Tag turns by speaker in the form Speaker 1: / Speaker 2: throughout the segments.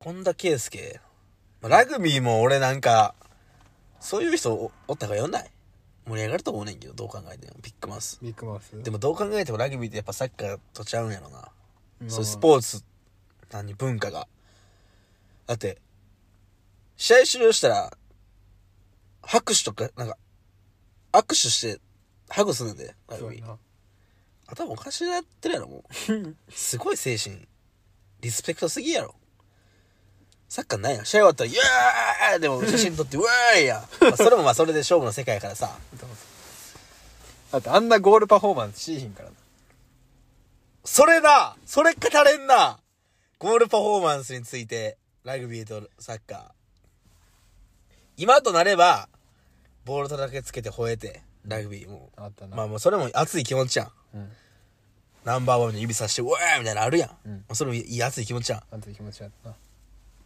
Speaker 1: 本田圭佑。まあラグビーも俺なんか、そういう人おおった方がよない盛り上がると思うねんけど、どう考えても。ビッグマウス。
Speaker 2: ビッグマウス
Speaker 1: でもどう考えてもラグビーってやっぱサッカーとちゃうんやろな。
Speaker 2: まあ
Speaker 1: そういうスポーツ、何、文化が。だって、試合終了したら、拍手とか、なんか、握手して、ハグするんで、ラ
Speaker 2: そ
Speaker 1: グ
Speaker 2: う
Speaker 1: ビ
Speaker 2: や
Speaker 1: ー。
Speaker 2: な
Speaker 1: 頭おかしなってるやろ、も う。すごい精神。リスペクトすぎやろ。サッカーないやん。試合終わったら、イエーイでも写真撮って、うわーいやん。まあそれもまあそれで勝負の世界やからさ。
Speaker 2: だってあんなゴールパフォーマンスしーひんからな
Speaker 1: それなそれ語れんなゴールパフォーマンスについて、ラグビーとサッカー。今となれば、ボールとだけつけて吠えて、ラグビーもう。
Speaker 2: あったな
Speaker 1: まあもうそれも熱い気持ちやん。
Speaker 2: うん
Speaker 1: ナンバーワンに指さして、うわーみたいなのあるやん。
Speaker 2: うん
Speaker 1: もうそれもいい熱い気持ちやん。
Speaker 2: なんていう気持ちやったな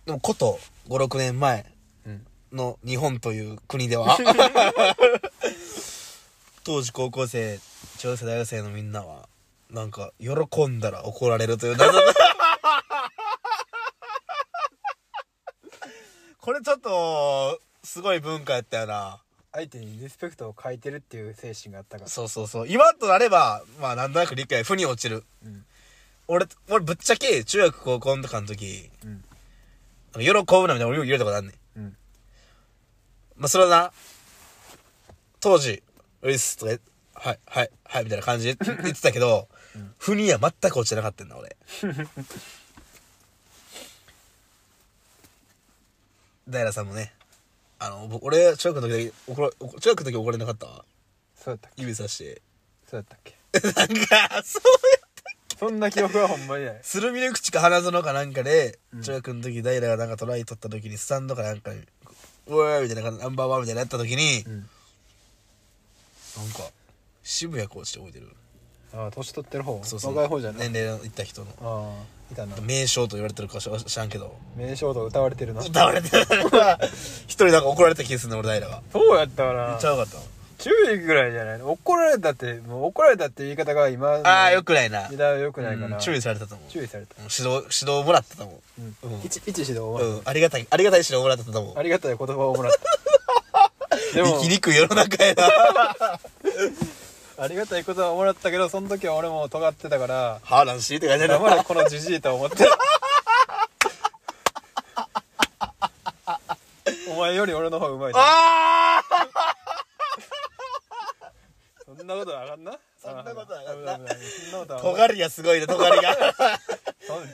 Speaker 1: でもこと、5、6年前
Speaker 2: うん
Speaker 1: の日本という国では、当時高校生、中学生、大学生のみんなは、なんか、喜んだら怒られるという謎のこれちょっと、すごい文化やったよな。
Speaker 2: 相手にリスペクトを書いてるっていう精神があったから
Speaker 1: そうそうそう。今となれば、まあ、なんとなく理解、負に落ちる。
Speaker 2: うん
Speaker 1: 俺、俺、ぶっちゃけ、中学高校とかの時、
Speaker 2: うん
Speaker 1: なんか喜ぶなみたいな俺よく言われたことあんねん。
Speaker 2: うん
Speaker 1: まあ、それはな、当時、ウィスとか、はい、はい、はい、みたいな感じで言ってたけど、腑には全く落ちてなかったんだ、 俺。ダイラさんもね、あの、僕、俺、中学の時だけ怒ら、中学の時怒れなかったわ
Speaker 2: そうやったっけ
Speaker 1: 指さして。
Speaker 2: そうやったっけ
Speaker 1: なんか、そうやった。
Speaker 2: そんな記憶はほんまにない
Speaker 1: スルミの口か鼻園かなんかで、
Speaker 2: ん
Speaker 1: 中学の時、ダイラがなんかトライ取った時に、スタンドかなんかに、うわーみたいな感じ、ナンバーワンみたいなのやった時に、
Speaker 2: うん
Speaker 1: なんか、渋谷コーチって覚えてる
Speaker 2: ああ年取ってる方
Speaker 1: そうそう
Speaker 2: 若い方じゃない、
Speaker 1: 年齢のいった人の
Speaker 2: ああいたな
Speaker 1: 名称と言われてるかしら知らんけど
Speaker 2: 名称と歌われてるな
Speaker 1: 歌われてる一人なんか怒られた気がするね俺平が
Speaker 2: そうやったかな
Speaker 1: めっちゃよかったもん
Speaker 2: 注意ぐらいじゃないの怒られたってもう怒られたって言い方が今の
Speaker 1: ああよくないな
Speaker 2: 時代はよくないか
Speaker 1: う
Speaker 2: ら
Speaker 1: ん注意されたと思う
Speaker 2: 注意された
Speaker 1: うん指導指導もらったと思
Speaker 2: うん
Speaker 1: うん
Speaker 2: 一一指導をも
Speaker 1: う、
Speaker 2: らっ
Speaker 1: うん、ありがたいありがたい指導もらったと思う
Speaker 2: たありがたい言葉をもらった でも
Speaker 1: 生きにくい世の中やな
Speaker 2: ありがたい言葉をもらったけどその時は俺も尖ってた から
Speaker 1: ハーランシーって感じだ
Speaker 2: 黙
Speaker 1: な
Speaker 2: れこのじじいと思ってお前より俺の方がうまいな
Speaker 1: ああ
Speaker 2: そんなことはあかんな
Speaker 1: そんなことはあかんな
Speaker 2: 危い危いそんなことはあかん
Speaker 1: 尖りがすごいね尖りが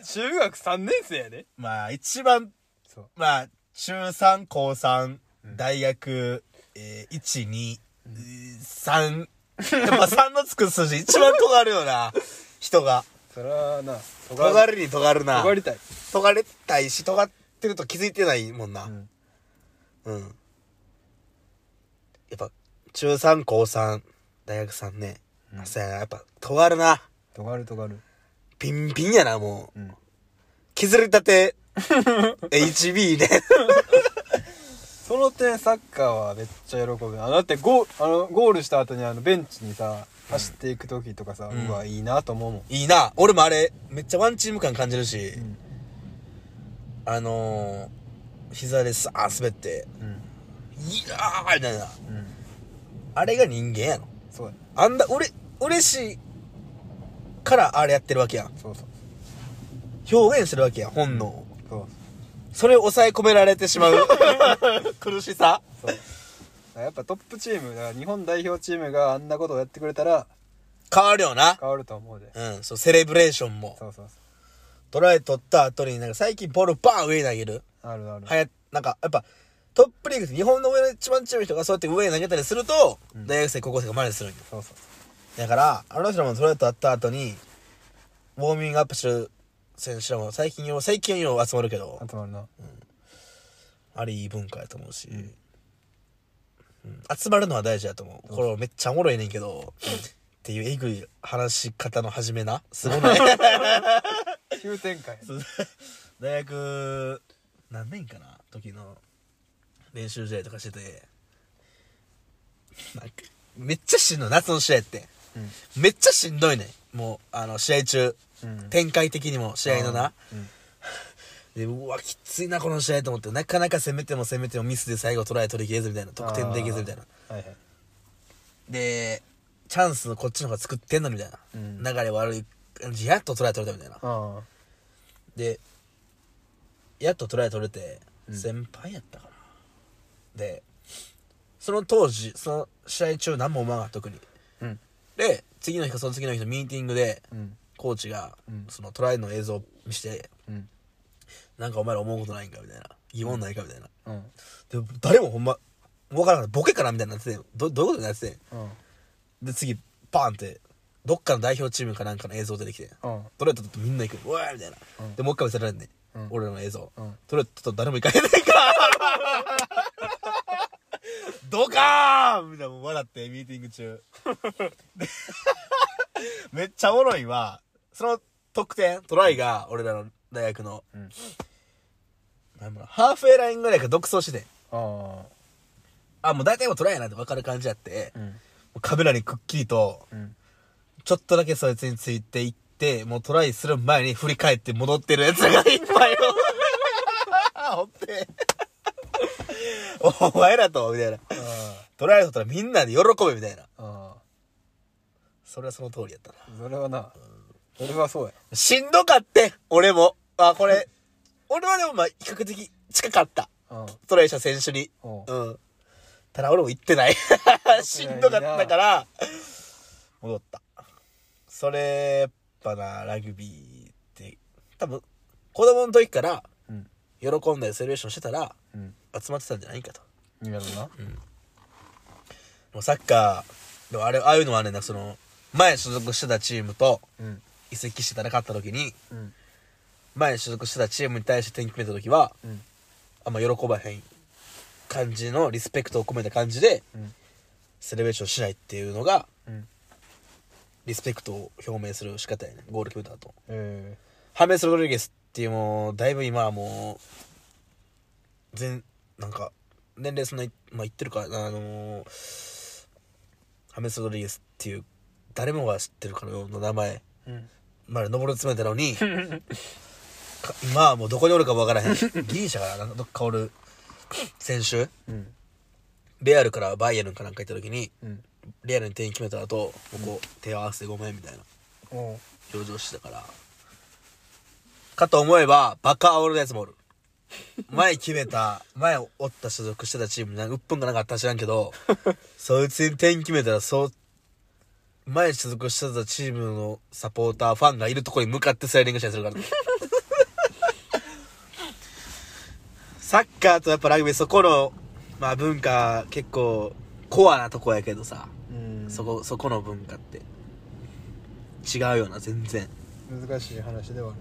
Speaker 2: 中学3年生やで
Speaker 1: まあ一番
Speaker 2: そう
Speaker 1: まあ中3高3大学、えー、123、3やっぱ3のつく数字一番尖るよ な人が
Speaker 2: それはな尖
Speaker 1: 尖るに尖るな
Speaker 2: 尖りたい
Speaker 1: 尖れたいし尖ってると気づいてないもんな
Speaker 2: うん
Speaker 1: うん、やっぱ中3高3大学3ね、あそうやなやっぱ尖るな
Speaker 2: 尖る尖る
Speaker 1: ピンピンやなもう
Speaker 2: うん
Speaker 1: 削りた て HB で
Speaker 2: その点サッカーはめっちゃ喜ぶなだってゴーあのゴールした後にあのベンチにさ走っていく時とかさ、うわいいなと思うもん
Speaker 1: いいな。俺もあれ、めっちゃワンチーム感感じるし、
Speaker 2: ん
Speaker 1: あのー、膝でさあ滑って、
Speaker 2: うん
Speaker 1: いやーみたいな。
Speaker 2: うん
Speaker 1: あれが人間やろ。
Speaker 2: そうや
Speaker 1: あんだ、俺、嬉しいからあれやってるわけやん。
Speaker 2: そうそう
Speaker 1: 表現してるわけやん、本能を。
Speaker 2: そう
Speaker 1: それを抑え込められてしま う苦しさ。
Speaker 2: そうやっぱトップチームだから日本代表チームがあんなことをやってくれたら
Speaker 1: 変わるよな。
Speaker 2: 変わると思うで
Speaker 1: うん、そう、セレブレーションも。
Speaker 2: そうそうそ
Speaker 1: トライ取った後になんか最近ボールバーン上に投げる。
Speaker 2: うあるある、
Speaker 1: はや、なんか、やっぱ、トップリーグって日本の上の一番強い人がそうやって上に投げたりすると、大学生、高校生が真似するんよ。
Speaker 2: そうそう
Speaker 1: だから、あの人らもトライと会った後に、ウォーミングアップしてる選手らも最近よ、最近よう集まるけど、
Speaker 2: 集まるな
Speaker 1: あれいい文化やと思うし、うん集まるのは大事やと思う。これめっちゃおもろいねんけど、っていうえぐい話し方の始めな。すごない
Speaker 2: 急展開
Speaker 1: 大学何年かな時の練習試合とかしててなんかめっちゃしんどい夏の試合って、めっちゃしんどいねんもうあの試合中、
Speaker 2: うん
Speaker 1: 展開的にも試合のな、
Speaker 2: うん
Speaker 1: で、うわ、きついな、この試合と思って、なかなか攻めても攻めてもミスで最後トライ取りきれずみたいな、得点できずみたいな。
Speaker 2: はいはい
Speaker 1: で、チャンスこっちの方が作ってんのみたいな。
Speaker 2: うん
Speaker 1: 流れ悪い感じ、やっとトライ取れたみたいな。
Speaker 2: ああ
Speaker 1: で、やっとトライ取れて、先輩やったかな。で、その当時、その試合中何も思わなかった、特に。
Speaker 2: うん
Speaker 1: で、次の日かその次の日のミーティングで、
Speaker 2: うん
Speaker 1: コーチが、
Speaker 2: ん
Speaker 1: そのトライの映像を見して、
Speaker 2: うん
Speaker 1: なんかお前ら思うことないんかみたいな。疑問ないかみたいな。
Speaker 2: うん
Speaker 1: で、誰もほんま、わからんボケかなみたいになっててど、どういうことになってて
Speaker 2: うん
Speaker 1: で、次、パーンって、どっかの代表チームかなんかの映像出てきて、
Speaker 2: うん
Speaker 1: トレートとみんな行く。うわーみたいな。
Speaker 2: うん
Speaker 1: で、もう一回見せられんね、
Speaker 2: うん
Speaker 1: 俺らの映像。
Speaker 2: うん
Speaker 1: トレートと誰も行かへんねんかドカーンみたいな、もう笑って、ミーティング中。 でめっちゃおもろいわ。その得点、トライが、俺らの大学の、
Speaker 2: うん
Speaker 1: なんだろうハーフウェイラインぐらいから独走してて、
Speaker 2: あ
Speaker 1: あ、もう大体もうトライやなって分かる感じやって、
Speaker 2: あうん
Speaker 1: もうカメラにくっきりと、
Speaker 2: うん
Speaker 1: ちょっとだけそいつについていって、もうトライする前に振り返って戻ってる やつがいっぱいよ。ほって。 お前らと、みたいな。
Speaker 2: あ
Speaker 1: トライ取ったらみんなで喜べ、みたいな。
Speaker 2: あああ
Speaker 1: それはその通りやったな。
Speaker 2: それはなそれはそうや
Speaker 1: しんどかって、俺も。あ、これ、俺はでもまあ、比較的近かった。
Speaker 2: うん
Speaker 1: トライした選手に。
Speaker 2: おう
Speaker 1: うん。ただ俺も行ってない。しんどかったから、戻った。それ、やっぱな、ラグビーって、多分、子供の時から、
Speaker 2: うん
Speaker 1: 喜んだりセレブレーションしてたら、
Speaker 2: うん
Speaker 1: 集まってたんじゃないかと。
Speaker 2: 今のな
Speaker 1: もうサッカー、でもあれ、ああいうのはね、なんかその、前所属してたチームと、
Speaker 2: うん
Speaker 1: 移籍して戦った時に、
Speaker 2: うん
Speaker 1: 前所属してたチームに対して点決めた時は、
Speaker 2: うん
Speaker 1: あんま喜ばへん感じの、リスペクトを込めた感じで、
Speaker 2: うん
Speaker 1: セレブレーションしないっていうのが、
Speaker 2: うん
Speaker 1: リスペクトを表明する仕方やねゴール決めた後
Speaker 2: え
Speaker 1: ハメス・ロドリゲスっていうもうだいぶ今はもう全なんか年齢そんなにまあ、言ってるかあのーハメス・ロドリゲスっていう誰もが知ってるかのような名前
Speaker 2: えうん
Speaker 1: まで登り詰めたの にか今はもうどこにおるかもわからへんギリシャからなんかどっかおる選手
Speaker 2: うん
Speaker 1: レアルからバイエルンかなんか行った時に
Speaker 2: うん
Speaker 1: レアルに点決めた後ここ手を合わせてごめんみたいな
Speaker 2: おう
Speaker 1: 表情してたから。かと思えば、バカ煽るやつもおる。前決めた、 前おった所属してたチーム、なんか、うっぷんがなかったら知らんけど、そいつに点決めたら、そう、前所属してたチームのサポーター、ファンがいるとこに向かってスライディングしたりするからね。サッカーとやっぱラグビー、そこの、まあ文化、結構、コアなとこやけどさ、
Speaker 2: うん
Speaker 1: そこ、そこの文化って。違うよな、全然。
Speaker 2: 難しい話ではある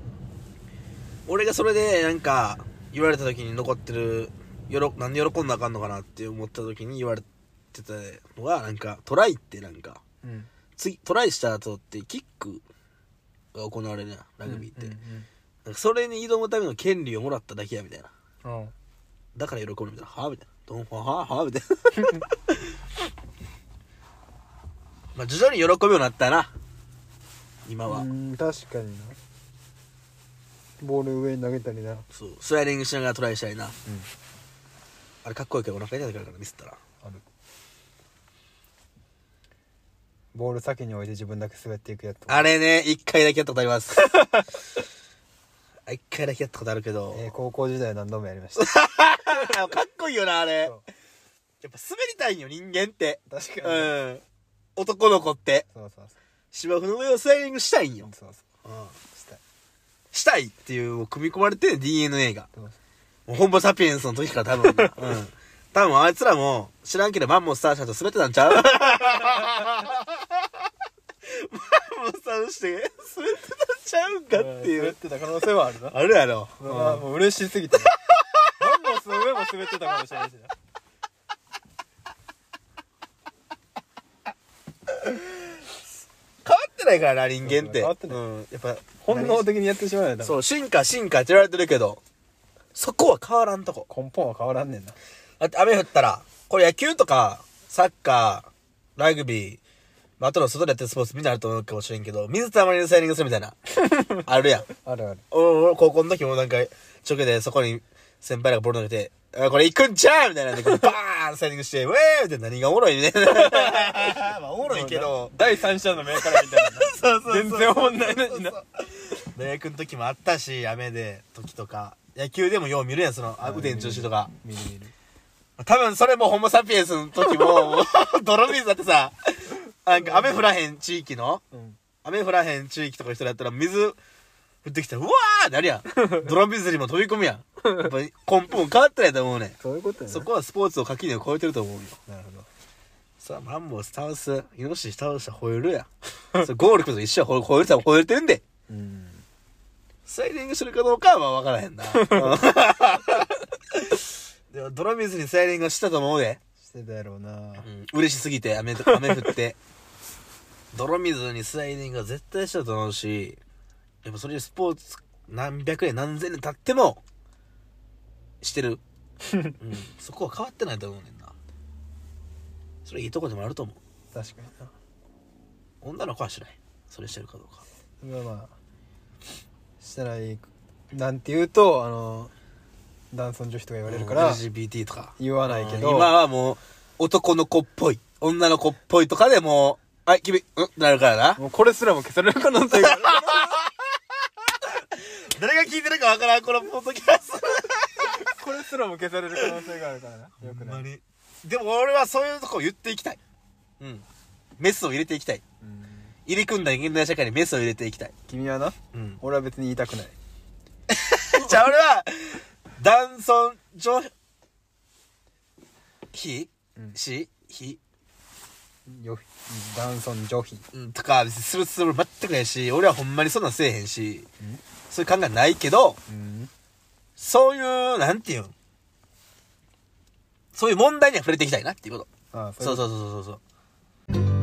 Speaker 1: 俺がそれでなんか言われた時に残ってるよろなんで喜んなあかんのかなって思った時に言われてたのがなんかトライってなんか
Speaker 2: うん
Speaker 1: 次トライした後ってキックが行われるやんラグビーって、
Speaker 2: うん
Speaker 1: なんかそれに挑むための権利をもらっただけやみたいな
Speaker 2: うんうん
Speaker 1: だから喜ぶみたいなはあみたいなどんはあはあはあみたい なまあ徐々に喜ぶようになったな今は、
Speaker 2: うん確かになボール上に投げたりな
Speaker 1: そうスライディングしながらトライしたいな
Speaker 2: うん
Speaker 1: あれかっこいいけどお腹痛くなるからミスったら
Speaker 2: あるボール先に置いて自分だけ滑っていくやつ
Speaker 1: あれね、一回だけやったことあります。 一回だけやったことあるけど。
Speaker 2: えー高校時代何度もやりました
Speaker 1: かっこいいよな、あれ。やっ
Speaker 2: そう
Speaker 1: ぱ滑りたいんよ、人間って。
Speaker 2: 確
Speaker 1: う
Speaker 2: かに、
Speaker 1: ん。男の子って。
Speaker 2: そうそう
Speaker 1: 芝生の上をスライディングしたいん
Speaker 2: そ
Speaker 1: よ
Speaker 2: う。そうそう
Speaker 1: うん。
Speaker 2: したい
Speaker 1: したいっていう、もう組み込まれてる DNA が。
Speaker 2: そうそ
Speaker 1: もうホンボサピエンスの時から多分な。うん。多分あいつらも、知らんけどマンモスターシャと滑ってたんちゃうマンモスターして、滑ってたんちゃうんか
Speaker 2: う
Speaker 1: ってい
Speaker 2: 滑っ
Speaker 1: う。
Speaker 2: てた可能性はあるな
Speaker 1: あるやろ。
Speaker 2: うわもう嬉しすぎてマンモスの上も滑ってたかもしれないしな
Speaker 1: 変わってないからな人間って
Speaker 2: 変わってない
Speaker 1: うん、やっぱ
Speaker 2: 本能的にやってしまうよな
Speaker 1: そう進化進化って言われてるけどそこは変わらんとこ
Speaker 2: 根本は変わらんねんな
Speaker 1: だって雨降ったらこれ野球とかサッカーラグビーまあ、あとの外でやってるスポーツみんなあると思うかもしれんけど、水たまりのサイリングするみたいな。あるやん。
Speaker 2: あるある。
Speaker 1: 俺、俺高校の時もなんか、ちょけでそこに先輩らがボール投げて、あこれ行くんちゃうみたいなんで、こうバーンサイリングして、ウェーみたいな何がおもろいみたいな。 まあ、おもろいけど、
Speaker 2: 第三者の目からみたい な。
Speaker 1: そう
Speaker 2: 全然おもんないのにな。
Speaker 1: 大学の時もあったし、雨で、時とか。野球でもよう見るやん、その、あ腕の調子とか。
Speaker 2: 見る見る。
Speaker 1: 多分それもホモサピエンスの時も、もう 泥水だってさ、なんか雨降らへん地域の、
Speaker 2: うん。
Speaker 1: 雨降らへん地域とか人だったら水降ってきたら、うわーってなるやん。 泥水にも飛び込むやん。やっぱり根本変わってないと思うねん。
Speaker 2: そういうことやな
Speaker 1: そこはスポーツを垣根を超えてると思うよ。
Speaker 2: なるほど。
Speaker 1: さあ、マンモス倒す、イノシシ倒したら吠えるやん。それゴールくんと一緒や、吠え吠えるさ、吠えてんで。
Speaker 2: うん。
Speaker 1: スライディングするかどうかはまあ分からへんな。 でも泥水にスライディングはしたと思うで。
Speaker 2: してたやろうな。
Speaker 1: うん、嬉しすぎて 雨と雨降って泥水にスライディングは絶対したと思うしやっぱそれでスポーツ何百年何千年経ってもしてる、うん、そこは変わってないと思うねんなそれいいとこでもあると思う
Speaker 2: 確かにな。
Speaker 1: 女の子はしないそれしてるかどうか
Speaker 2: それはまあ、したらいい。なんて言うと、あの、男尊女卑とか言われるから、
Speaker 1: LGBT とか
Speaker 2: 言わないけど
Speaker 1: うん今はもう男の子っぽい女の子っぽいとかでもうはい君うんってなるからな
Speaker 2: もうこれすらも消される可能性がある。
Speaker 1: 誰が聞いてるかわからんこのポッドキャスト
Speaker 2: これすらも消される可能性があるからな。よく
Speaker 1: ほん
Speaker 2: な
Speaker 1: ま
Speaker 2: い。
Speaker 1: にでも俺はそういうとこを言っていきたいうんメスを入れていきたい
Speaker 2: うん
Speaker 1: 入り組んだ現代社会にメスを入れていき たい
Speaker 2: 君はな、
Speaker 1: うん
Speaker 2: 俺は別に言いたくない。
Speaker 1: じゃあ俺は男尊女卑
Speaker 2: うん
Speaker 1: し非
Speaker 2: よ男尊女卑。
Speaker 1: うんとか別にするつもり全くないし俺はほんまにそんなんせえへんしそういう考えないけど
Speaker 2: うん。
Speaker 1: そういうなんていうんそういう問題には触れていきたいなっていうこと
Speaker 2: ああ、
Speaker 1: そう
Speaker 2: そう
Speaker 1: そうそうそうそう